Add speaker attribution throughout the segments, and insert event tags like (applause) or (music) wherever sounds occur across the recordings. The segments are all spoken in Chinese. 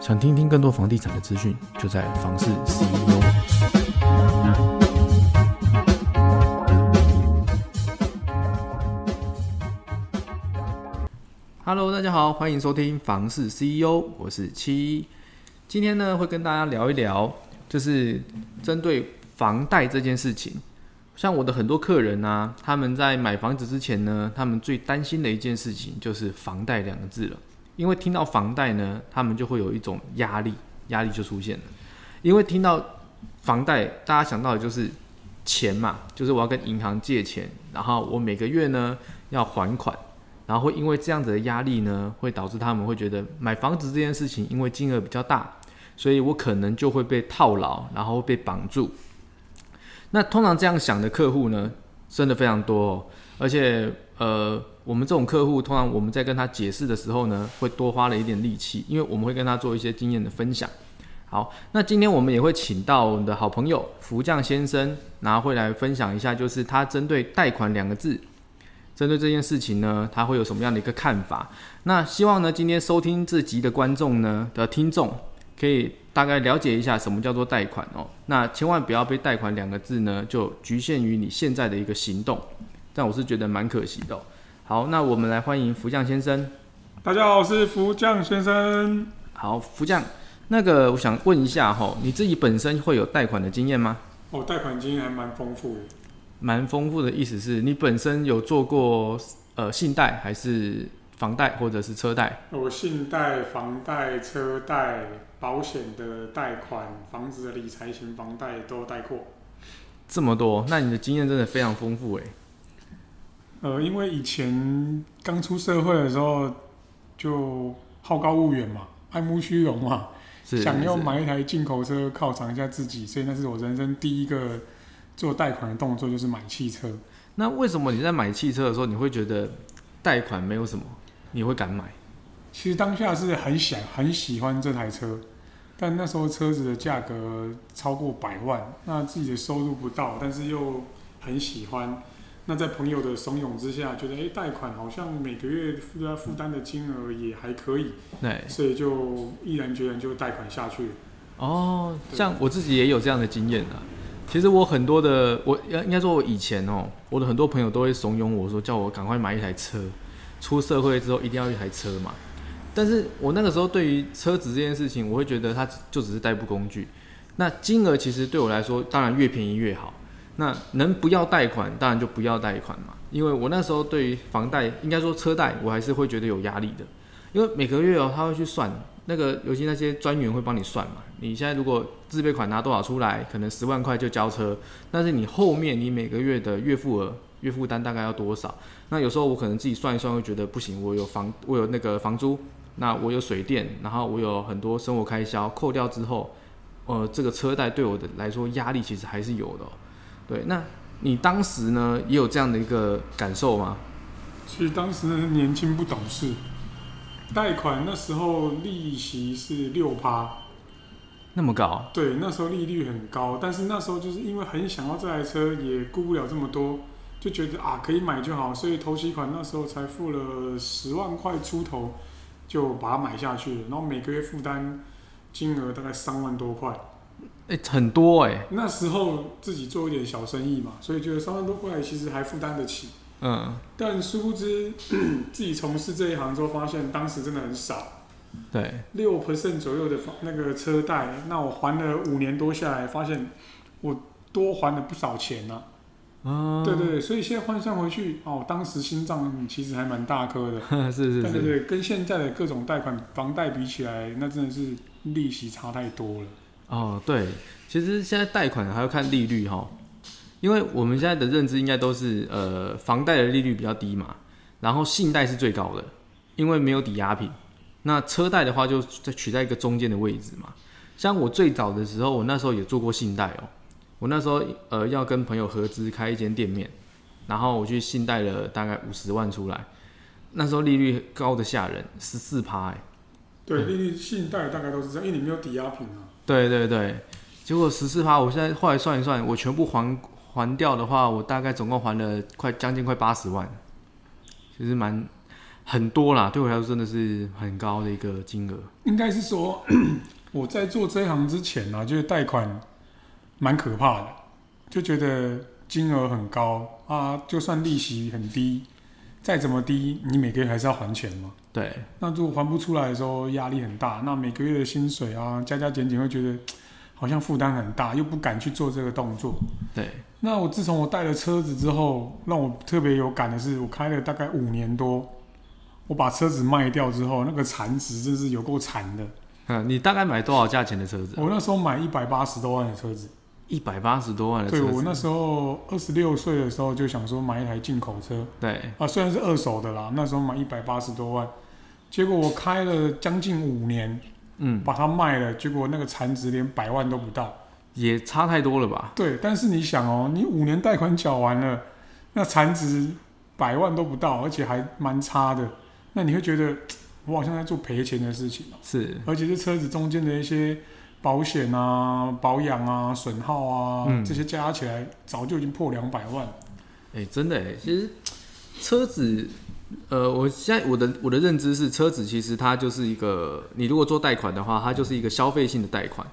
Speaker 1: 想听听更多房地产的资讯，就在房市 E CEO。Hello，大家好，欢迎收听房市 CEO，我是七。今天呢，会跟大家聊一聊，就是针对房贷这件事情。像我的很多客人啊，他们在买房子之前呢，他们最担心的一件事情就是房贷两个字了。因为听到房贷呢，他们就会有一种压力，压力就出现了。因为听到房贷，大家想到的就是钱嘛，就是我要跟银行借钱，然后我每个月呢要还款，然后会因为这样子的压力呢，会导致他们会觉得买房子这件事情，因为金额比较大，所以我可能就会被套牢，然后被绑住。那通常这样想的客户呢，真的非常多、哦，而且呃，我们这种客户，通常我们在跟他解释的时候呢，会多花了一点力气，因为我们会跟他做一些经验的分享。好，那今天我们也会请到我们的好朋友福将先生，然后会来分享一下，就是他针对贷款两个字，针对这件事情呢，他会有什么样的一个看法？那希望呢，今天收听这集的观众呢的听众，可以大概了解一下什么叫做贷款哦。那千万不要被“贷款”两个字呢，就局限于你现在的一个行动，但我是觉得蛮可惜的哦、好，那我们来欢迎福将先生。
Speaker 2: 大家好，我是福将先生。
Speaker 1: 好，福将，那个我想问一下哈、你自己本身会有贷款的经验吗？
Speaker 2: 我、哦贷款经验还蛮丰富的，
Speaker 1: 蛮丰富的，意思是你本身有做过呃信贷还是房贷或者是车贷？
Speaker 2: 我信贷、房贷、车贷、保险的贷款、房子的理财型房贷都贷过。
Speaker 1: 这么多，那你的经验真的非常丰富诶。
Speaker 2: 呃，因为以前刚出社会的时候就好高骛远嘛，爱慕虚荣嘛，
Speaker 1: 是
Speaker 2: 想要
Speaker 1: 是
Speaker 2: 买一台进口车犒赏一下自己，所以那是我人生第一个做贷款的动作，就是买汽车。
Speaker 1: 那为什么你在买汽车的时候，你会觉得贷款没有什么，你会敢买？
Speaker 2: 其实当下是很想很喜欢这台车，但那时候车子的价格超过百万，那自己的收入不到，但是又很喜欢。那在朋友的怂恿之下，觉得诶贷款好像每个月负担负担的金额也还可以，
Speaker 1: 对，
Speaker 2: 所以就毅然决然就贷款下去了。
Speaker 1: 哦，
Speaker 2: 对
Speaker 1: 像我自己也有这样的经验啊。其实我很多的，我应该说，我以前哦，我的很多朋友都会怂恿我说，叫我赶快买一台车，出社会之后一定要一台车嘛。但是我那个时候对于车子这件事情，我会觉得它就只是代步工具。那金额其实对我来说，当然越便宜越好。那能不要贷款，当然就不要贷款嘛。因为我那时候对于房贷，应该说车贷，我还是会觉得有压力的。因为每个月哦，他会去算那个，尤其那些专员会帮你算嘛。你现在如果自备款拿多少出来，可能十万块就交车，但是你后面你每个月的月付额、月负担大概要多少？那有时候我可能自己算一算，会觉得不行，我有房，我有那个房租，那我有水电，然后我有很多生活开销，扣掉之后，呃，这个车贷对我的来说压力其实还是有的哦、对，那你当时呢也有这样的一个感受吗？
Speaker 2: 其实当时年轻不懂事，贷款那时候利息是六趴，
Speaker 1: 那么高，
Speaker 2: 对，那时候利率很高，但是那时候就是因为很想要这台车，也顾不了这么多，就觉得啊可以买就好，所以头期款那时候才付了十万块出头，就把它买下去了，然后每个月负担金额大概三万多块。
Speaker 1: 哎、很多哎、
Speaker 2: 那时候自己做一点小生意嘛，所以觉得三万多块其实还负担得起。
Speaker 1: 嗯，
Speaker 2: 但殊不知 (clears throat) 自己从事这一行之后，发现当时真的很少，
Speaker 1: 对。 (laughs)
Speaker 2: 六 percent 左右的房那个车贷，那我还了五年多下来，发现我多还了不少钱呢、
Speaker 1: 啊，
Speaker 2: 对对对，所以现在换算回去，哦，当时心脏嗯其实还蛮大颗的。
Speaker 1: 对，是是
Speaker 2: 对对
Speaker 1: 是，
Speaker 2: 对，跟现在的各种贷款、房贷比起来，那真的是利息差太多了。
Speaker 1: 哦对，其实现在贷款还要看利率哈、因为我们现在的认知应该都是呃房贷的利率比较低嘛，然后信贷是最高的，因为没有抵押品。那车贷的话就在取代一个中间的位置嘛。像我最早的时候，我那时候也做过信贷哦，我那时候呃要跟朋友合资开一间店面，然后我去信贷了大概五十万出来，那时候利率高的吓人，十四趴哎。
Speaker 2: 对，利率信贷大概都是这样，因为你没有抵押品啊。
Speaker 1: 对对对，结果十四趴，我现在后来算一算，我全部还还掉的话，我大概总共还了快将近快八十万，其实蛮很多啦，对我来说真的是很高的一个金额。
Speaker 2: 应该是说我在做这一行之前啊，就是贷款蛮可怕的，就觉得金额很高啊，就算利息很低，再怎么低，你每个月还是要还钱嘛。
Speaker 1: 对，
Speaker 2: 那如果还不出来的时候，压力很大。那每个月的薪水啊，加加减减，会觉得好像负担很大，又不敢去做这个动作。
Speaker 1: 对，
Speaker 2: 那我自从我带了车子之后，让我特别有感的是，我开了大概五年多，我把车子卖掉之后，那个残值真是有够惨的。
Speaker 1: 嗯，你大概买多少价钱的车子啊？
Speaker 2: 我那时候买一百八十多万的车子，
Speaker 1: 一百八十多万的车
Speaker 2: 对
Speaker 1: 子。
Speaker 2: 我那时候二十六岁的时候就想说买一台进口车
Speaker 1: 对
Speaker 2: 啊，虽然是二手的啦，那时候买一百八十多万，结果我开了将近五年，
Speaker 1: 嗯，
Speaker 2: 把它卖了，结果那个残值连百万都不到。
Speaker 1: 也差太多了吧？
Speaker 2: 对，但是你想哦，你五年贷款缴完了，那残值百万都不到，而且还蛮差的，那你会觉得我好像在做赔钱的事情哦。
Speaker 1: 是，
Speaker 2: 而且这车子中间的一些保险啊、保养啊、损耗啊，
Speaker 1: 嗯
Speaker 2: 这些加起来早就已经破两百万了。
Speaker 1: 哎、真的哎、其实车子，呃，我现在我的我的认知是，车子其实它就是一个，你如果做贷款的话，它就是一个消费性的贷款，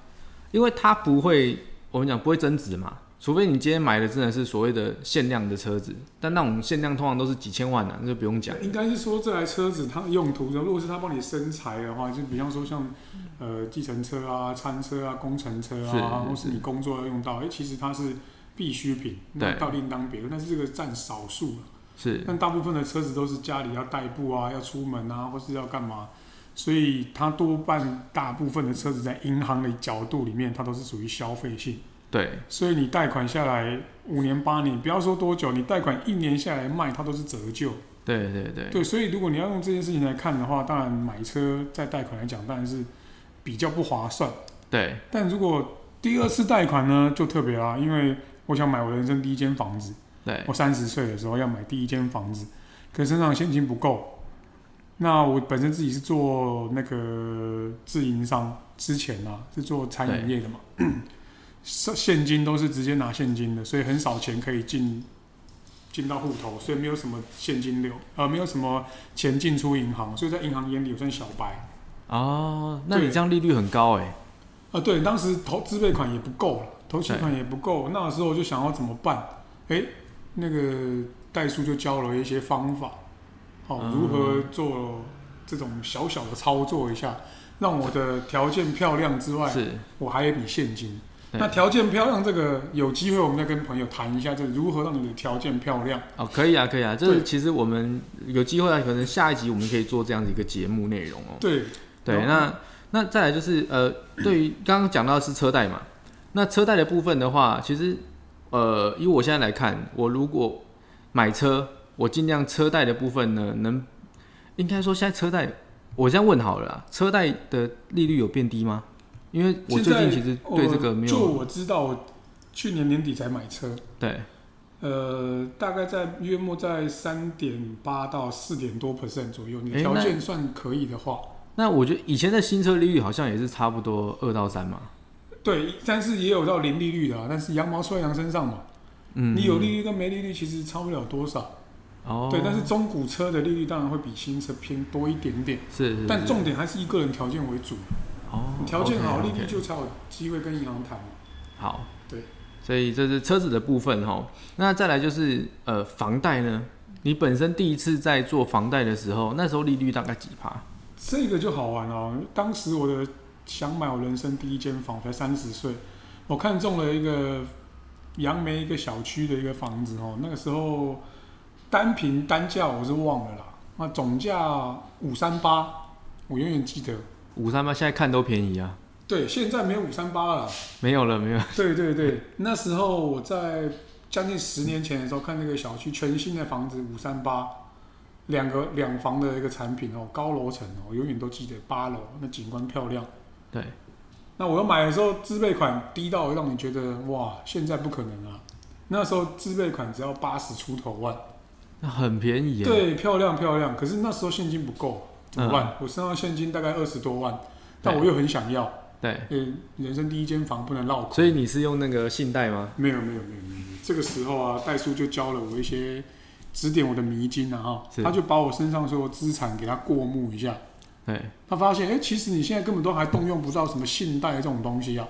Speaker 1: 因为它不会，我们讲不会增值嘛，除非你今天买的真的是所谓的限量的车子，但那种限量通常都是几千万的、啊那就不用讲。
Speaker 2: 应该是说这台车子它的用途，如果是它帮你生财的话，就比方说像呃计程车啊、餐车啊、工程车啊，
Speaker 1: 是嗯
Speaker 2: 或是你工作要用到，哎、其实它是必需品，那
Speaker 1: 对
Speaker 2: 到另当别论。但是这个占少数了，
Speaker 1: 是，
Speaker 2: 但大部分的车子都是家里要代步啊、要出门啊，或是要干嘛，所以它多半大部分的车子在银行的角度里面，它都是属于消费性。
Speaker 1: 对，
Speaker 2: 所以你贷款下来五年八年，不要说多久，你贷款一年下来卖，它都是折旧。
Speaker 1: 对对对，
Speaker 2: 对，所以如果你要用这件事情来看的话，当然买车再贷款来讲，当然是比较不划算。
Speaker 1: 对，
Speaker 2: 但如果第二次贷款呢，就特别啦，因为我想买我人生第一间房子，
Speaker 1: 对，
Speaker 2: 我三十岁的时候要买第一间房子，可身上现金不够。那我本身自己是做那个自营商，之前啊是做餐饮业的嘛，现现金都是直接拿现金的，所以很少钱可以进进到户头，所以没有什么现金流，呃，没有什么钱进出银行，所以在银行眼里我算小白。
Speaker 1: 哦，那
Speaker 2: 对
Speaker 1: 你这样利率很高哎、
Speaker 2: 啊，对，当时投资备款也不够了，投期款也不够，那时候我就想要怎么办？哎，那个代叔就教了一些方法，好、
Speaker 1: 嗯
Speaker 2: 如何做这种小小的操作一下，让我的条件漂亮之外，
Speaker 1: 是，
Speaker 2: 我还有一笔现金。
Speaker 1: 对
Speaker 2: 那条件漂亮这个，有机会我们再跟朋友谈一下，这如何让你的条件漂亮。
Speaker 1: 哦，可以啊，可以啊，就是
Speaker 2: 对
Speaker 1: 其实我们有机会啊，可能下一集我们可以做这样的一个节目内容哦。
Speaker 2: 对，
Speaker 1: 对，
Speaker 2: 有
Speaker 1: 那那再来就是呃，对于刚刚讲到的是车贷嘛，那车贷的部分的话，其实呃，以我现在来看，我如果买车，我尽量车贷的部分呢，能应该说现在车贷，我这样问好了啦，车贷的利率有变低吗？因为我最近其实对这个没
Speaker 2: 呃就
Speaker 1: 有
Speaker 2: 我知道，我去年年底才买车，
Speaker 1: 对
Speaker 2: 呃，大概在约莫在三点八到四点多 percent 左右，你的
Speaker 1: 诶
Speaker 2: 条
Speaker 1: 那
Speaker 2: 件算可以的话，
Speaker 1: 那我觉得以前的新车利率好像也是差不多二到三嘛，
Speaker 2: 对，但是也有到零利率的、啊，但是羊毛出在羊身上嘛，
Speaker 1: 嗯，
Speaker 2: 你有利率跟没利率其实差不了多少，
Speaker 1: 哦，
Speaker 2: 对，但是中古车的利率当然会比新车偏多一点点，
Speaker 1: 是是，
Speaker 2: 但
Speaker 1: 是
Speaker 2: 重点还是以个人条件为主，
Speaker 1: 哦
Speaker 2: 你条件好，利率
Speaker 1: OK，OK
Speaker 2: 就才有机会跟银行谈嘛，
Speaker 1: 好，
Speaker 2: 对，
Speaker 1: 所以这是车子的部分哈。那再来就是呃房贷呢，你本身第一次在做房贷的时候，那时候利率大概几趴？
Speaker 2: 这个就好玩哦。当时我的想买我人生第一间房，才三十岁，我看中了一个杨梅一个小区的一个房子哦。那个时候单平单价我是忘了啦，那总价五三八，我永远记得。
Speaker 1: 五三八现在看都便宜啊，
Speaker 2: 对，现在没有五三八了啦。
Speaker 1: 没有了没有，
Speaker 2: (laughs) 对对对，那时候我在将近十年前的时候看那个小区全新的房子五三八，两个两房的一个产品哦，高楼层哦，我永远都记得八楼，那景观漂亮。
Speaker 1: 对，
Speaker 2: 那我要买的时候，自备款低到让你觉得哇，现在不可能啊。那时候自备款只要八十出头万，
Speaker 1: 那很便宜啊。，嗯
Speaker 2: 对，漂亮漂亮。可是那时候现金不够，怎么办？我身上现金大概二十多万，但我又很想要，
Speaker 1: 对，
Speaker 2: 嗯，人生第一间房不能落空。
Speaker 1: 所以你是用那个信贷吗？
Speaker 2: 没有没有没有没有，这个时候啊，戴叔就教了我一些指点我的迷津啊哈，
Speaker 1: 是
Speaker 2: 他就把我身上所有资产给他过目一下，
Speaker 1: 对，
Speaker 2: 他发现，哎、其实你现在根本都还动用不到什么信贷这种东西啊。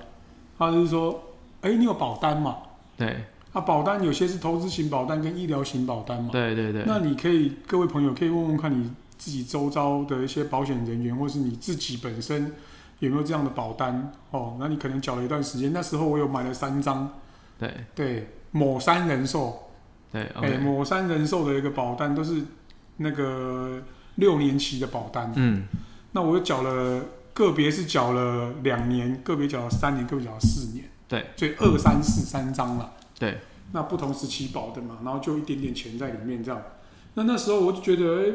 Speaker 2: 他就是说，哎、你有保单嘛？
Speaker 1: 对，
Speaker 2: 啊，保单有些是投资型保单跟医疗型保单嘛。
Speaker 1: 对，对，对，
Speaker 2: 那你可以，各位朋友可以问问看你自己周遭的一些保险人员，或是你自己本身有没有这样的保单哦。那你可能缴了一段时间，那时候我有买了三张，
Speaker 1: 对，
Speaker 2: 对，某三人寿，
Speaker 1: 对
Speaker 2: 哎、
Speaker 1: ，OK，
Speaker 2: 某三人寿的一个保单都是那个六年期的保单。
Speaker 1: 嗯，
Speaker 2: 那我又缴了，个别是缴了两年，个别缴了三年，个别缴了四年，
Speaker 1: 对，
Speaker 2: 所以二三四三张了。
Speaker 1: 对，
Speaker 2: 那不同时期保的嘛，然后就一点点钱在里面这样。那那时候我就觉得，哎、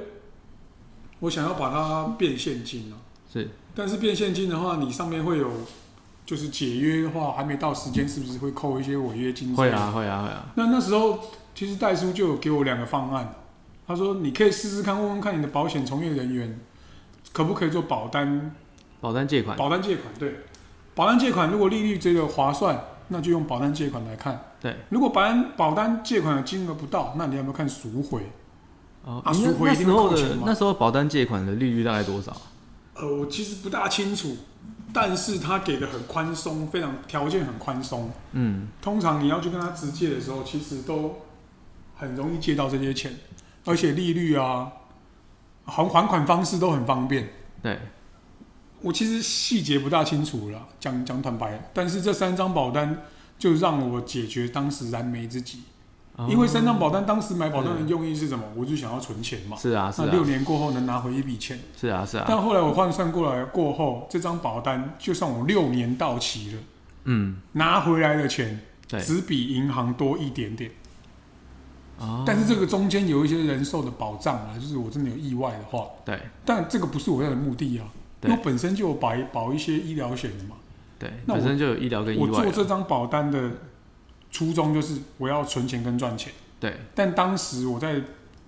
Speaker 2: 我想要把它变现金啊。
Speaker 1: 是，
Speaker 2: 但是变现金的话，你上面会有，就是解约的话，还没到时间，是不是会扣一些违约金？
Speaker 1: 会啊，。会啊，会啊，
Speaker 2: 那那时候其实戴叔就有给我两个方案，他说你可以试试看，问问看你的保险从业人员可不可以做保单
Speaker 1: 保单借款，
Speaker 2: 保单借款对，保单借款如果利率觉得划算，那就用保单借款来看。
Speaker 1: 对，
Speaker 2: 如果保单保单借款的金额不到，那你要不要看赎回？
Speaker 1: 哦，
Speaker 2: 啊
Speaker 1: 诶
Speaker 2: 赎
Speaker 1: 那
Speaker 2: 回
Speaker 1: 那
Speaker 2: 一定
Speaker 1: 时候
Speaker 2: 会扣钱
Speaker 1: 的
Speaker 2: 吗
Speaker 1: 那时候保单借款的利率大概多少啊？
Speaker 2: 呃，我其实不大清楚，但是他给的很宽松，非常条件很宽松。
Speaker 1: 嗯，
Speaker 2: 通常你要去跟他直借的时候，其实都很容易借到这些钱，而且利率啊，还还款方式都很方便。
Speaker 1: 对，
Speaker 2: 我其实细节不大清楚了，讲讲坦白，但是这三张保单就让我解决当时燃眉之急，
Speaker 1: 哦
Speaker 2: 因为三张保单当时买保单的用意是什么？我就想要存钱嘛，
Speaker 1: 是啊，是
Speaker 2: 那
Speaker 1: 啊，
Speaker 2: 六年过后能拿回一笔钱。
Speaker 1: 是啊，是啊，
Speaker 2: 但后来我换算过来过后，这张保单就算我六年到期了，
Speaker 1: 嗯，
Speaker 2: 拿回来的钱
Speaker 1: 对，
Speaker 2: 只比银行多一点点。
Speaker 1: 哦，
Speaker 2: 但是这个中间有一些人寿的保障啊，就是我真的有意外的话，
Speaker 1: 对，
Speaker 2: 但这个不是我要的目的啊，因
Speaker 1: 对
Speaker 2: 为我本身就有保保一些医疗险的嘛。
Speaker 1: 对，
Speaker 2: 那
Speaker 1: 本
Speaker 2: 我
Speaker 1: 身就有医疗跟意
Speaker 2: 我
Speaker 1: 外
Speaker 2: 做
Speaker 1: 啊，
Speaker 2: 这张保单的初衷就是我要存钱跟赚钱，
Speaker 1: 对，
Speaker 2: 但当时我在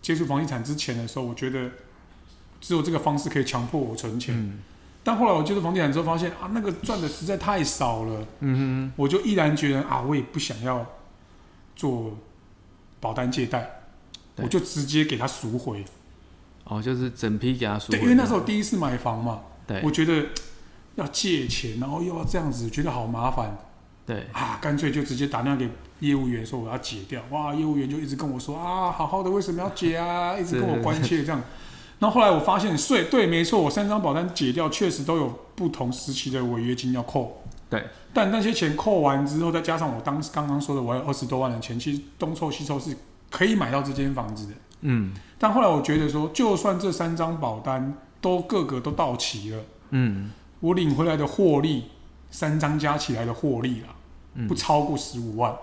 Speaker 2: 接触房地产之前的时候，我觉得只有这个方式可以强迫我存钱。
Speaker 1: 嗯，
Speaker 2: 但后来我接触房地产之后，发现啊，那个赚的实在太少了，
Speaker 1: 嗯
Speaker 2: 我就毅然决然啊，我也不想要做保单借贷，
Speaker 1: 对
Speaker 2: 我就直接给他赎回。
Speaker 1: 哼，哦，就是整批给他赎回
Speaker 2: 对，
Speaker 1: 的，
Speaker 2: 因为那时候第一次买房嘛，
Speaker 1: 啊对
Speaker 2: 我觉得要借钱，然后又要这样子，觉得好麻烦
Speaker 1: 对
Speaker 2: 啊，干脆就直接打电话给业务员说我要解掉。哇，业务员就一直跟我说啊，好好的为什么要解
Speaker 1: (laughs)
Speaker 2: 啊，一直跟我关切这样。然后后来我发现，对对，没错，我三张保单解掉，确实都有不同时期的违约金要扣。
Speaker 1: 对
Speaker 2: 但那些钱扣完之后，再加上我当时刚刚说的，我还有二十多万的钱，其实东凑西凑是可以买到这间房子的。
Speaker 1: 嗯
Speaker 2: 但后来我觉得说，就算这三张保单都各个都到期了，
Speaker 1: 嗯
Speaker 2: 我领回来的获利，三张加起来的获利啦，
Speaker 1: 嗯
Speaker 2: 不超过十五万。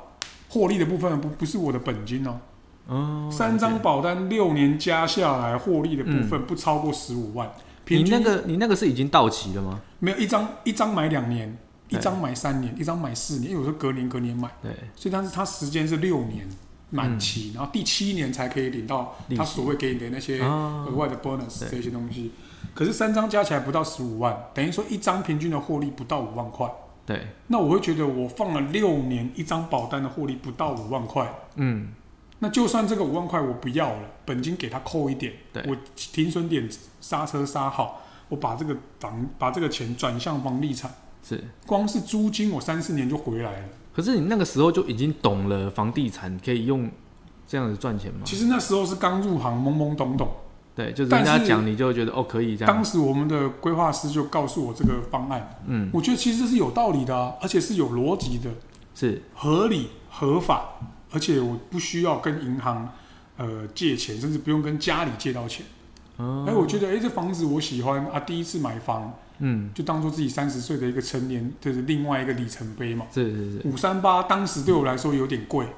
Speaker 2: 获利的部分不不是我的本金哦，
Speaker 1: 哦，
Speaker 2: 三
Speaker 1: 了
Speaker 2: 张
Speaker 1: 解。
Speaker 2: 保单六年加下来，获利的部分不超过十五万，
Speaker 1: 嗯你
Speaker 2: 平均
Speaker 1: 那个你那个是已经到期了吗？
Speaker 2: 没有一张一张买两年，一
Speaker 1: 对
Speaker 2: 张买三年，一张买四年，因为我是隔年隔年买。
Speaker 1: 对
Speaker 2: 所以但是它时间是六年满期，然后第七年才可以领到
Speaker 1: 嗯利息
Speaker 2: 他所谓给你的那些
Speaker 1: 啊
Speaker 2: 额，外的 bonus
Speaker 1: 对
Speaker 2: 这些东西。可是三张加起来不到十五万，等于说一张平均的获利不到五万块。
Speaker 1: 对，
Speaker 2: 那我会觉得我放了六年，一张保单的获利不到五万块，
Speaker 1: 嗯，
Speaker 2: 那就算这个五万块我不要了，本金给他扣一点
Speaker 1: 对，
Speaker 2: 我停损点刹车刹好，我把这个房把这个钱转向房地产，
Speaker 1: 是。
Speaker 2: 光是租金我三四年就回来了。
Speaker 1: 可是你那个时候就已经懂了房地产可以用这样子赚钱吗？
Speaker 2: 其实那时候是刚入行，懵懵懂懂。
Speaker 1: 对，就是人家
Speaker 2: 但是
Speaker 1: 讲你就觉得哦可以这样
Speaker 2: 当，时我们的规划师就告诉我这个方案，
Speaker 1: 嗯，
Speaker 2: 我觉得其实这是有道理的、啊，而且是有逻辑的、
Speaker 1: 是
Speaker 2: 合理、合法，而且我不需要跟银行呃借钱，甚至不用跟家里借到钱。
Speaker 1: 哦
Speaker 2: 哎、我觉得哎、这房子我喜欢啊，第一次买房
Speaker 1: 嗯，
Speaker 2: 就当做自己三十岁的一个成年，就是另外一个里程碑嘛。
Speaker 1: 是是是，
Speaker 2: 五三八当时对我来说有点贵，
Speaker 1: 嗯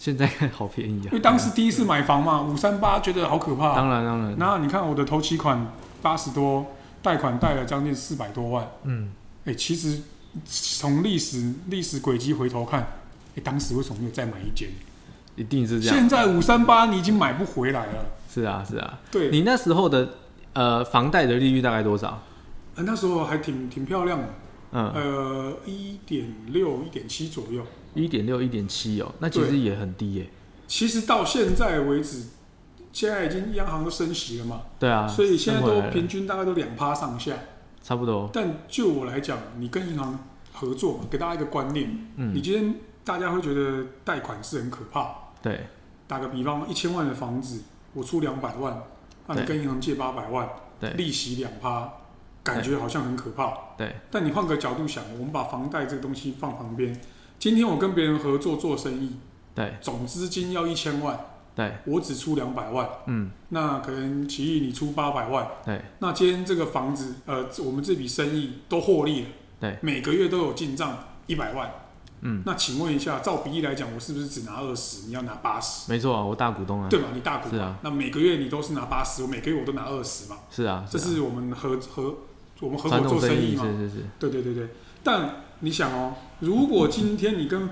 Speaker 1: 现在看好便宜啊，
Speaker 2: 因为当时第一次买房嘛，五三八觉得好可怕啊、
Speaker 1: 当然当然，
Speaker 2: 那你看我的头期款八十多，贷款贷了将近四百多万。
Speaker 1: 嗯，
Speaker 2: 哎、其实从历史历史轨迹回头看，哎、当时为什么没有再买一间？
Speaker 1: 一定是这样，
Speaker 2: 现在五三八你已经买不回来了。
Speaker 1: 是啊是啊。
Speaker 2: 对，
Speaker 1: 你那时候的呃房贷的利率大概多少？
Speaker 2: 呃那时候还挺挺漂亮的，
Speaker 1: 嗯，
Speaker 2: 呃，一点六、一点七左右。
Speaker 1: 一点六一点七哦，那其实
Speaker 2: 对
Speaker 1: 也很低耶、
Speaker 2: 其实到现在为止，现在已经央行都升息了嘛，
Speaker 1: 对啊，
Speaker 2: 所以现在
Speaker 1: 升回
Speaker 2: 都
Speaker 1: 来了
Speaker 2: 平均大概都两趴上下。
Speaker 1: 差不多，
Speaker 2: 但就我来讲，你跟银行合作嘛，给大家一个观念，你
Speaker 1: 嗯，
Speaker 2: 今天大家会觉得贷款是很可怕。
Speaker 1: 对，
Speaker 2: 打个比方，一千万的房子，我出两百万，那你
Speaker 1: 对
Speaker 2: 跟银行借八百万，
Speaker 1: 对
Speaker 2: 利息两趴，感觉好像很可怕。
Speaker 1: 对，
Speaker 2: 但你换个角度想，我们把房贷这个东西放旁边，今天我跟别人合作做生意，
Speaker 1: 对，
Speaker 2: 总资金要一千万，
Speaker 1: 对，
Speaker 2: 我只出两百万，
Speaker 1: 嗯，
Speaker 2: 那可能奇艺你出八百万。
Speaker 1: 对，
Speaker 2: 那今天这个房子，呃，我们这笔生意都获利了，
Speaker 1: 对，
Speaker 2: 每个月都有进账一百万。
Speaker 1: 嗯，
Speaker 2: 那请问一下，照比例来讲，我是不是只拿二十，你要拿八十，
Speaker 1: 没错啊，我大股东啊，
Speaker 2: 对吧？你大股嘛
Speaker 1: 是啊，
Speaker 2: 那每个月你都是拿八十，我每个月我都拿二十嘛，
Speaker 1: 是啊，
Speaker 2: 这
Speaker 1: 啊
Speaker 2: 是我们合合我们合
Speaker 1: 传
Speaker 2: 伙
Speaker 1: 统
Speaker 2: 做生
Speaker 1: 意，
Speaker 2: 嘛。
Speaker 1: 是是是，
Speaker 2: 对对对对，但你想哦，如果今天你跟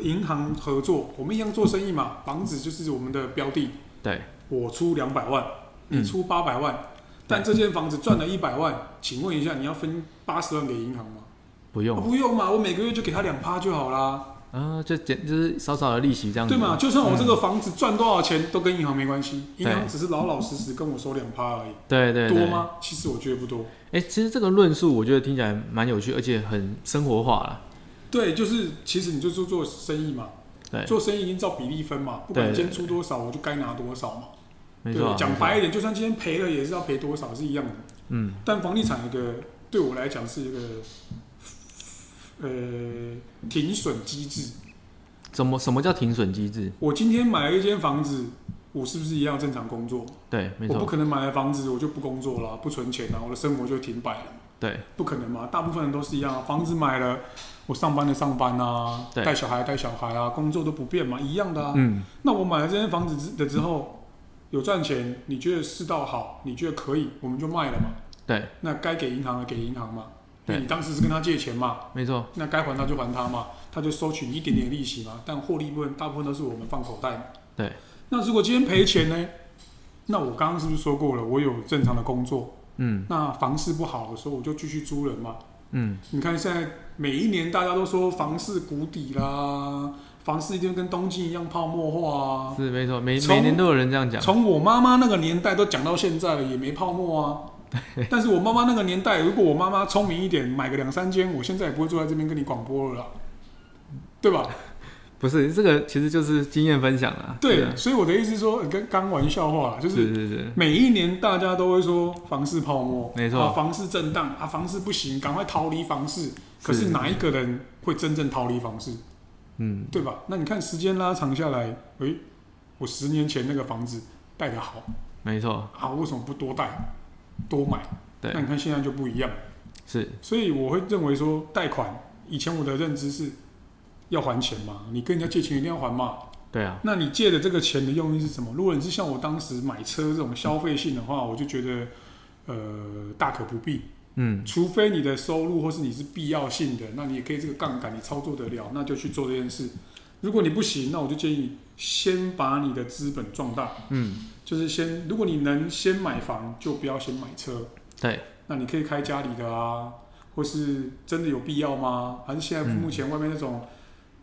Speaker 2: 银行合作，我们一样做生意嘛，房子就是我们的标的，
Speaker 1: 对，
Speaker 2: 我出两百万，
Speaker 1: 嗯
Speaker 2: 你出八百万，但这间房子赚了一百万，请问一下，你要分八十万给银行吗？
Speaker 1: 不
Speaker 2: 啊
Speaker 1: 用，
Speaker 2: 不用嘛，我每个月就给他两趴就好啦，
Speaker 1: 啊，就简就是少少的利息这样子，
Speaker 2: 对嘛？？就算我这个房子赚多少钱都跟银行没关系，银行
Speaker 1: 嗯对
Speaker 2: 只是老老实实跟我收两趴而已，
Speaker 1: 对对
Speaker 2: 多
Speaker 1: 对，
Speaker 2: 吗？其实我觉得不多。
Speaker 1: 哎、其实这个论述我觉得听起来蛮有趣，而且很生活化啦。
Speaker 2: 对，就是其实你就是做生意嘛，
Speaker 1: 对，
Speaker 2: 做生意已经照比例分嘛，不管
Speaker 1: 哎对
Speaker 2: 今天出多少，我就该拿多少嘛。
Speaker 1: 没
Speaker 2: 对
Speaker 1: 错、啊，
Speaker 2: 讲
Speaker 1: 没错
Speaker 2: 白一点，就算今天赔了，也是要赔多少是一样的。
Speaker 1: 嗯，
Speaker 2: 但房地产有一个对我来讲是一个呃停损机制。
Speaker 1: 怎么什么叫停损机制？
Speaker 2: 我今天买了一间房子，我是不是一样正常工作？
Speaker 1: 对，没
Speaker 2: 我不
Speaker 1: 错，
Speaker 2: 可能买了房子我就不工作了，不存钱啊了，我的生活就停摆了，
Speaker 1: 对
Speaker 2: 不可能嘛？大部分人都是一样啊，房子买了，我上班的上班啊，
Speaker 1: 对
Speaker 2: 带小孩的带小孩啊，工作都不变嘛，一样的啊。
Speaker 1: 嗯，
Speaker 2: 那我买了这间房子之的之后，有赚钱，你觉得世道好，你觉得可以，我们就卖了嘛。
Speaker 1: 对，
Speaker 2: 那该给银行的给银行嘛，因
Speaker 1: 对
Speaker 2: 为你当时是跟他借钱嘛，
Speaker 1: 没错，
Speaker 2: 那该还他就还他嘛，他就收取你一点点利息嘛，但获利部分大部分都是我们放口袋嘛。
Speaker 1: 对。
Speaker 2: 那如果今天赔钱呢？那我刚刚是不是说过了？我有正常的工作，
Speaker 1: 嗯
Speaker 2: 那房市不好的时候，我就继续租人嘛。
Speaker 1: 嗯，
Speaker 2: 你看现在每一年大家都说房市谷底啦，房市一定跟东京一样泡沫化啊。
Speaker 1: 是没错，每
Speaker 2: 从
Speaker 1: 每年都有人这样讲，
Speaker 2: 从我妈妈那个年代都讲到现在了，也没泡沫啊。但是我妈妈那个年代，如果我妈妈聪明一点，买个两三间，我现在也不会坐在这边跟你广播了啦，对吧？
Speaker 1: 不是这个其实就是经验分享啊。
Speaker 2: 对，
Speaker 1: 是啊
Speaker 2: 所以我的意思是说，跟刚玩笑话啦，就是是
Speaker 1: 是是，
Speaker 2: 每一年大家都会说房市泡沫，
Speaker 1: 没错
Speaker 2: 啊，房市震荡啊，房市不行，赶快逃离房市。可是哪一个人会真正逃离房市，
Speaker 1: 嗯，
Speaker 2: 对吧？那你看时间拉长下来，诶、我十年前那个房子贷的好
Speaker 1: 没错，
Speaker 2: 啊，为什么不多贷，多买？
Speaker 1: 对
Speaker 2: 那，你看现在就不一样，
Speaker 1: 是
Speaker 2: 所以我会认为说贷款，以前我的认知是要还钱嘛，你跟人家借钱一定要还嘛。
Speaker 1: 对啊，
Speaker 2: 那你借的这个钱的用意是什么？如果你是像我当时买车这种消费性的话，我就觉得呃大可不必，
Speaker 1: 嗯，
Speaker 2: 除非你的收入或是你是必要性的，那你也可以这个杠杆你操作得了，那就去做这件事。如果你不行，那我就建议先把你的资本壮大，
Speaker 1: 嗯，
Speaker 2: 就是先，如果你能先买房，就不要先买车。
Speaker 1: 对，
Speaker 2: 那你可以开家里的啊，或是真的有必要吗？还是现在
Speaker 1: 嗯
Speaker 2: 目前外面那种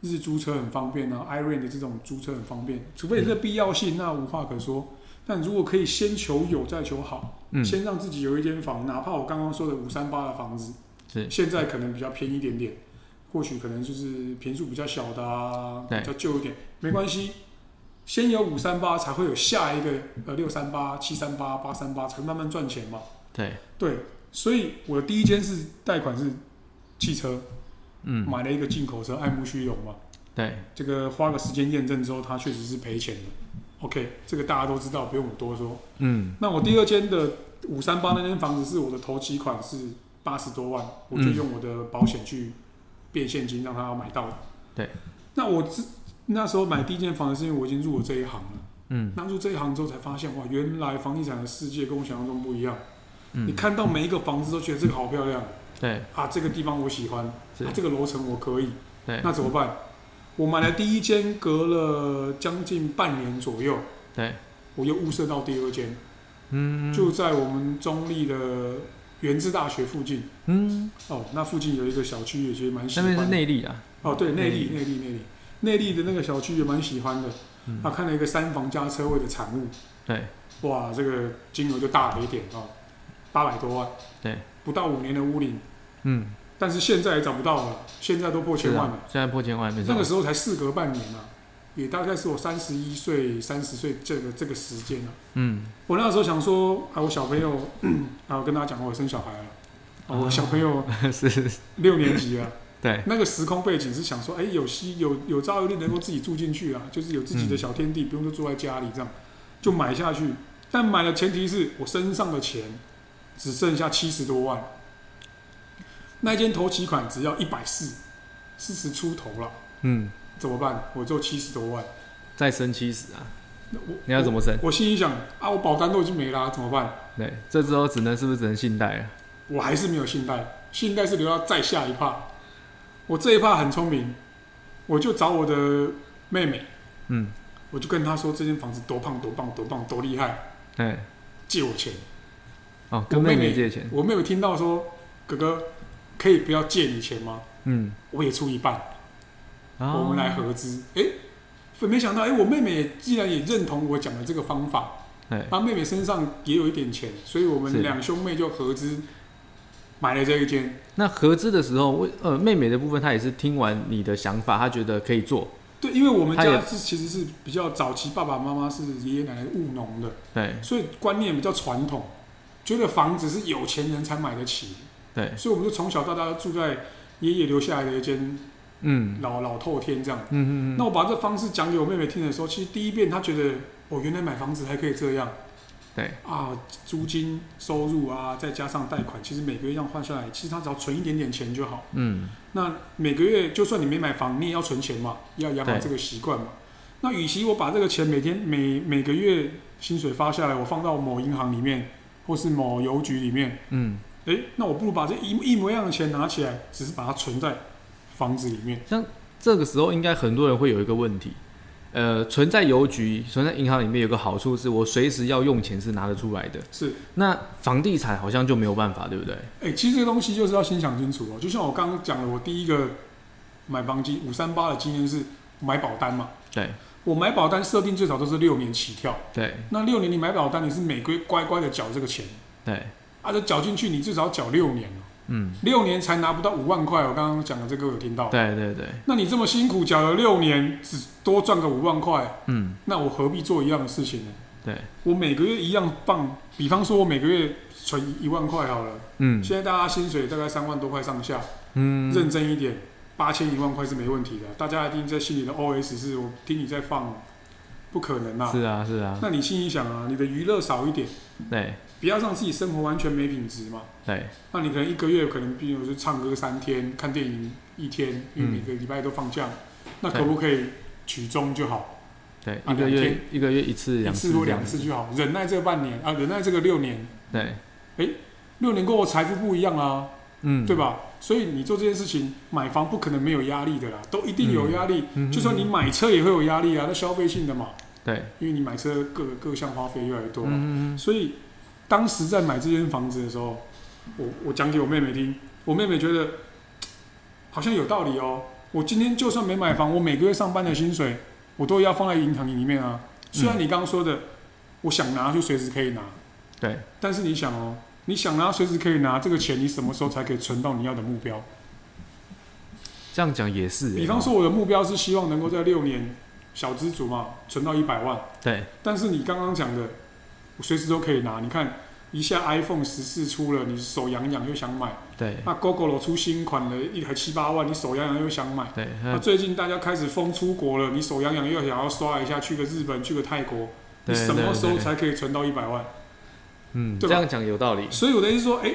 Speaker 2: 日租车很方便啊、i r e n 的这种租车很方便，除非有这个必要性，那无话可说。但如果可以先求有再求好，
Speaker 1: 嗯，
Speaker 2: 先让自己有一间房，哪怕我刚刚说的五三八的房子，
Speaker 1: 是
Speaker 2: 现在可能比较偏一点点，或许可能就是平数比较小的啊，
Speaker 1: 对
Speaker 2: 比较旧一点，没关系。先有五三八，才会有下一个呃六三八、七三八、八三八，才慢慢赚钱嘛。
Speaker 1: 对，
Speaker 2: 对，所以我的第一间是贷款是汽车，
Speaker 1: 嗯，
Speaker 2: 买了一个进口车，爱慕虚荣嘛。
Speaker 1: 对，
Speaker 2: 这个花个时间验证之后，它确实是赔钱的。OK，这个大家都知道，不用我多说。
Speaker 1: 嗯，
Speaker 2: 那我第二间的五三八那间房子是我的头期款是八十多万，我就
Speaker 1: 嗯
Speaker 2: 用我的保险去变现金，让他买到的。
Speaker 1: 对，
Speaker 2: 那我之那时候买第一间房子是因为我已经入了这一行了。
Speaker 1: 嗯，
Speaker 2: 那入这一行之后才发现，哇，原来房地产的世界跟我想象中不一样。你
Speaker 1: 嗯，
Speaker 2: 看到每一个房子都觉得这个好漂亮
Speaker 1: 对，
Speaker 2: 啊，这个地方我喜欢，
Speaker 1: 是
Speaker 2: 啊、这个楼层我可以，
Speaker 1: 对，
Speaker 2: 那怎么办？我买了第一间，隔了将近半年左右，
Speaker 1: 对，
Speaker 2: 我又物色到第二间，
Speaker 1: 嗯，
Speaker 2: 就在我们中立的原治大学附近。
Speaker 1: 嗯，
Speaker 2: 哦，那附近有一个小区，也其实蛮喜
Speaker 1: 那
Speaker 2: 欢
Speaker 1: 边
Speaker 2: 的。
Speaker 1: 是内力啊，
Speaker 2: 哦，对，内力，
Speaker 1: 内
Speaker 2: 内力，内力，内力的那个小区也蛮喜欢的。
Speaker 1: 嗯
Speaker 2: 啊，看了一个三房加车位的产物，
Speaker 1: 对，
Speaker 2: 哇，这个金额就大了一点哦，八百多万，
Speaker 1: 对，
Speaker 2: 不到五年的屋龄，
Speaker 1: 嗯，
Speaker 2: 但是现在也找不到了，现在都破千
Speaker 1: 是
Speaker 2: 万
Speaker 1: 啊
Speaker 2: 了，，
Speaker 1: 现在破千万没错
Speaker 2: 那个，时候才事隔半年啊，也大概是我三十一岁、三十岁这个这个时间啊。
Speaker 1: 嗯， (laughs)
Speaker 2: 我那时候想说，啊，我小朋友， (clears throat) 啊，我跟大家讲过，我生小孩了，啊我小朋友
Speaker 1: 是是，是
Speaker 2: 六年级了。
Speaker 1: 对，
Speaker 2: 那个时空背景是想说，哎、有希有有朝一日能够自己住进去啊，就是有自己的小天地，不用就住在家里这样，就买下去。但买的前提是我身上的钱只剩下七十多万，那一间头期款只要一百四，四十出头了，
Speaker 1: 嗯，
Speaker 2: 怎么办？我就七十多万，
Speaker 1: 再生七十啊，
Speaker 2: 那我
Speaker 1: 你要怎
Speaker 2: 么？
Speaker 1: 么生？
Speaker 2: 我心里想啊，我保单都已经没啦、怎么办？
Speaker 1: 对，这之后只能是不是只能信贷了？
Speaker 2: 我还是没有信贷，信贷是留到再下一趴。我这一趴很聪明，我就找我的妹妹，
Speaker 1: 嗯，
Speaker 2: 我就跟她说这间房子多棒多棒多棒多厉害，
Speaker 1: 对，
Speaker 2: 借我钱。
Speaker 1: 哎哦，跟妹妹借钱，
Speaker 2: 我妹妹听到说哥哥可以不要借你钱吗？
Speaker 1: 嗯，
Speaker 2: 我也出一半，
Speaker 1: 然后
Speaker 2: 我们来，合资。哎、没想到哎、诶我妹妹也既然也认同我讲的这个方法，
Speaker 1: 对，
Speaker 2: 她妹妹身上也有一点钱，所以我
Speaker 1: 是
Speaker 2: 们两兄妹就合资买了这一间。
Speaker 1: 那合资的时候，为呃妹妹的部分，她也是听完你的想法，她觉得可以做，
Speaker 2: 对，因为我们
Speaker 1: 他
Speaker 2: 家
Speaker 1: 也
Speaker 2: 是其实是比较早期，爸爸妈妈是爷爷奶奶务农的，
Speaker 1: 对
Speaker 2: 所以观念比较传统，觉得房子是有钱人才买得起，
Speaker 1: 对，
Speaker 2: 所以我们就从小到大住在爷爷留下来的一间
Speaker 1: 嗯
Speaker 2: 老老透天这样。
Speaker 1: 嗯嗯
Speaker 2: 那我把这方式讲给我妹妹听的时候，其实第一遍她觉得，哦，原来买房子还可以这样
Speaker 1: 对，
Speaker 2: 啊，租金收入啊，再加上贷款，其实每个月这样换下来，其实她只要存一点点钱就好。
Speaker 1: 嗯
Speaker 2: 那每个月就算你没买房，你也要存钱嘛，要养好
Speaker 1: 对
Speaker 2: 这个习惯嘛。那与其我把这个钱每天每每个月薪水发下来，我放到某银行里面或是某邮局里面，
Speaker 1: 嗯，
Speaker 2: 诶，那我不如把这一一模一样的钱拿起来，只是把它存在房子里面。
Speaker 1: 这个时候应该很多人会有一个问题，呃，存在邮局、存在银行里面有个好处是我随时要用钱是拿得出来的，
Speaker 2: 是，
Speaker 1: 那房地产好像就没有办法，对不对？
Speaker 2: 诶，其实这个东西就是要先想清楚哦。就像我刚刚讲的，我第一个买房基五三八的经验是买保单嘛，
Speaker 1: 对
Speaker 2: 我买保单设定最少都是六年起跳，
Speaker 1: 对
Speaker 2: 那六年你买保单你是每个月乖乖的缴这个钱。
Speaker 1: 对，
Speaker 2: 啊，这缴进去你至少缴六年哦
Speaker 1: 嗯
Speaker 2: 六年才拿不到五万块。我刚刚讲的这个有听到？
Speaker 1: 对对对，
Speaker 2: 那你这么辛苦缴了六年，只多赚个五万块，
Speaker 1: 嗯
Speaker 2: 那我何必做一样的事情呢？
Speaker 1: 对，
Speaker 2: 我每个月一样放，比方说我每个月存一万块好了。
Speaker 1: 嗯
Speaker 2: 现在大家薪水大概三万多块上下，
Speaker 1: 嗯，
Speaker 2: 认真一点，八千一万块是没问题的。大家一定在心里的 OS 是我听你在放，不可能啊。
Speaker 1: 是啊是啊，
Speaker 2: 那你心里想啊，你的娱乐少一点，
Speaker 1: 对
Speaker 2: 不要让自己生活完全没品质嘛。
Speaker 1: 对。
Speaker 2: 那你可能一个月可能，比如说唱歌三天，看电影一天，因
Speaker 1: 嗯
Speaker 2: 为每个礼拜都放假，那
Speaker 1: 对
Speaker 2: 可不可以取中就好，
Speaker 1: 对，
Speaker 2: 啊
Speaker 1: 一个
Speaker 2: 两
Speaker 1: 月
Speaker 2: 天
Speaker 1: 一个月一次，
Speaker 2: 一
Speaker 1: 两
Speaker 2: 次
Speaker 1: 次
Speaker 2: 或
Speaker 1: 这
Speaker 2: 两
Speaker 1: 样子
Speaker 2: 次就好，忍耐这半年啊，忍耐这个六年，
Speaker 1: 对，
Speaker 2: 六年过后财富不一样啦、
Speaker 1: 嗯，
Speaker 2: 对？吧？所以你做这件事情，买房不可能没有压力的啦，都一定有压力。
Speaker 1: 嗯
Speaker 2: 就算你买车也会有压力啊，那消费性的嘛，
Speaker 1: 对，
Speaker 2: 因为你买车各个各项花费越来越多嘛。
Speaker 1: 嗯嗯
Speaker 2: 所以当时在买这间房子的时候，我我讲给我妹妹听，我妹妹觉得嘖好像有道理哦。我今天就算没买房，我每个月上班的薪水，我都要放在银行里面啊。虽然你刚刚说的，我想拿就随时可以拿，
Speaker 1: 对，
Speaker 2: 但是你想哦，你想拿随时可以拿，这个钱你什么时候才可以存到你要的目标？
Speaker 1: 这样讲也是欸。
Speaker 2: 比方说，我的目标是希望能够在六年小资族嘛，存到一百万。
Speaker 1: 哦，对
Speaker 2: 但是你刚刚讲的，我随时都可以拿。你看，一下 iPhone 十四出了，你手痒痒又想买；
Speaker 1: 对
Speaker 2: 那 GoGo 出新款了，一台七八万，你手痒痒又想买。
Speaker 1: 对，呃
Speaker 2: 那、
Speaker 1: 那
Speaker 2: 最近大家开始疯出国了，你手痒痒又想要刷一下，去个日本，去个泰国，你
Speaker 1: 对
Speaker 2: 什么时候
Speaker 1: 对对
Speaker 2: 才可以存到一百万？
Speaker 1: 嗯，
Speaker 2: 对
Speaker 1: 这
Speaker 2: 吧
Speaker 1: 样讲有道理。
Speaker 2: 所以我的意思说，哎、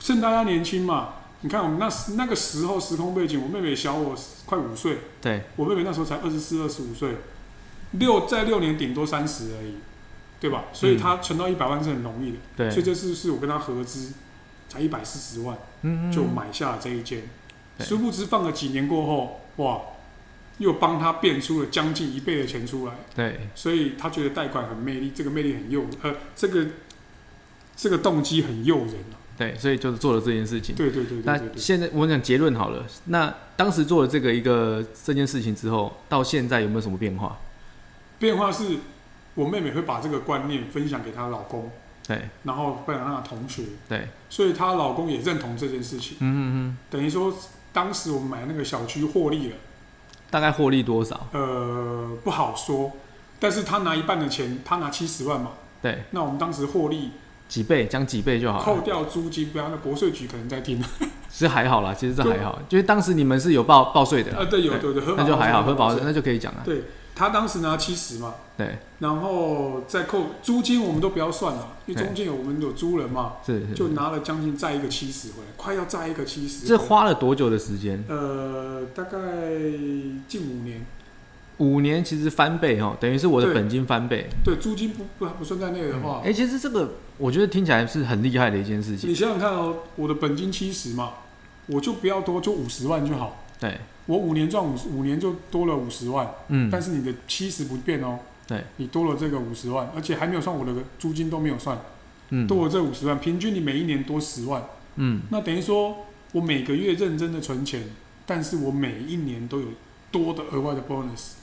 Speaker 2: 趁大家年轻嘛，你看我们那时那个时候时空背景，我妹妹小我快五岁，
Speaker 1: 对
Speaker 2: 我妹妹那时候才二十四、二十五岁，六在六年顶多三十而已，对吧？所以她存到一百万是很容易的，
Speaker 1: 嗯对，
Speaker 2: 所以这次是我跟她合资，才一百四十万
Speaker 1: 嗯嗯
Speaker 2: 就买下了这一间，
Speaker 1: 对
Speaker 2: 殊不知放了几年过后，哇，又帮她变出了将近一倍的钱出来，
Speaker 1: 对
Speaker 2: 所以她觉得贷款很魅力，这个魅力很诱，呃，这个这个动机很诱人啊，
Speaker 1: 对，所以就是做了这件事情。
Speaker 2: 对对对对
Speaker 1: 那
Speaker 2: 对对，
Speaker 1: 现在我们讲结论好了。那当时做了这个一个这件事情之后，到现在有没有什么变化？
Speaker 2: 变化是我妹妹会把这个观念分享给她老公，
Speaker 1: 对
Speaker 2: 然后分享给她的同学，
Speaker 1: 对，
Speaker 2: 所以她老公也认同这件事情。
Speaker 1: 嗯嗯
Speaker 2: 等于说，当时我们买那个小区获利了，
Speaker 1: 嗯，大概获利多少？
Speaker 2: 呃，不好说。但是他拿一半的钱，他拿七十万嘛，
Speaker 1: 对，
Speaker 2: 那我们当时获利
Speaker 1: 几倍，讲几倍就好
Speaker 2: 扣
Speaker 1: 了。
Speaker 2: 掉租金，不然那国税局可能在听。
Speaker 1: 其实还好啦，其实这还好，就是当时你们是有报报税的啦
Speaker 2: 啊， (laughs) 对，有对对，合法
Speaker 1: 那就还好，
Speaker 2: 合
Speaker 1: 合
Speaker 2: 法
Speaker 1: 法那就可以讲了。
Speaker 2: 对他当时拿七十嘛，
Speaker 1: 对，
Speaker 2: 然后再扣租金，我们都不要算了，因为中间有我们有租人嘛，
Speaker 1: 是是。
Speaker 2: 就是拿了将近再一个七十回来，快要再一个七十。
Speaker 1: 这花了多久的时间？
Speaker 2: 呃，大概近五年，
Speaker 1: 五年其实翻倍哦，等于是我的
Speaker 2: 对
Speaker 1: 本金翻倍。
Speaker 2: 对，租金不不不算在内的话，
Speaker 1: 哎、其实这个我觉得听起来是很厉害的一件事情。
Speaker 2: 你想想看哦，我的本金七十嘛，我就不要多，就五十万就好。
Speaker 1: 对，
Speaker 2: 我五年赚五十，五年就多了五十万，
Speaker 1: 嗯，
Speaker 2: 但是你的七十不变哦。
Speaker 1: 对，
Speaker 2: 你多了这个五十万，而且还没有算我的租金都没有算，
Speaker 1: 嗯
Speaker 2: 多了这五十万，平均你每一年多十万，
Speaker 1: 嗯，
Speaker 2: 那等于说我每个月认真的存钱，但是我每一年都有多的额外的 bonus，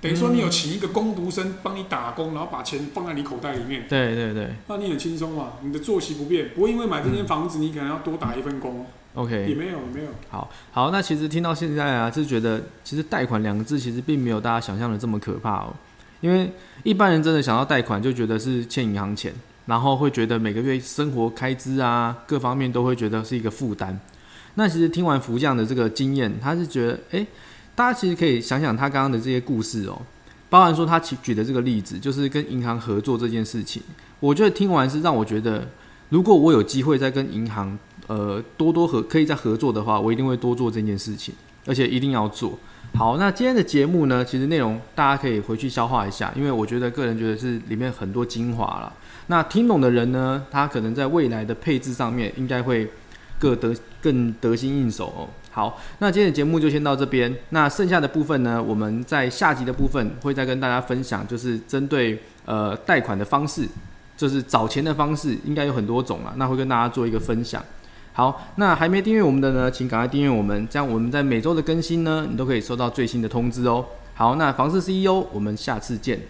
Speaker 2: 等于说
Speaker 1: 嗯
Speaker 2: 你有请一个工读生帮你打工，然后把钱放在你口袋里面，
Speaker 1: 对对对
Speaker 2: 那你很轻松嘛，你的作息不变，不会因为买这
Speaker 1: 嗯
Speaker 2: 间房子你可能要多打一份工。
Speaker 1: ，OK，
Speaker 2: 也没有，也没有。
Speaker 1: 好好，那其实听到现在啊，是觉得其实贷款两个字其实并没有大家想象的这么可怕哦，因为一般人真的想到贷款就觉得是欠银行钱，然后会觉得每个月生活开支啊各方面都会觉得是一个负担。那其实听完福将的这个经验，他是觉得，诶，大家其实可以想想他刚刚的这些故事哦，包含说他举举的这个例子，就是跟银行合作这件事情，我觉得听完是让我觉得，如果我有机会再跟银行呃多多合可以再合作的话，我一定会多做这件事情，而且一定要做。好，那今天的节目呢，其实内容大家可以回去消化一下，因为我觉得个人觉得是里面很多精华啦。那听懂的人呢，他可能在未来的配置上面应该会各得更得心应手哦。好，那今天的节目就先到这边。那剩下的部分呢，我们在下集的部分会再跟大家分享，就是针对呃贷款的方式，就是找钱的方式，应该有很多种啦。那会跟大家做一个分享。好，那还没订阅我们的呢，请赶快订阅我们，这样我们在每周的更新呢，你都可以收到最新的通知哦。好，那房市 E CEO，我们下次见，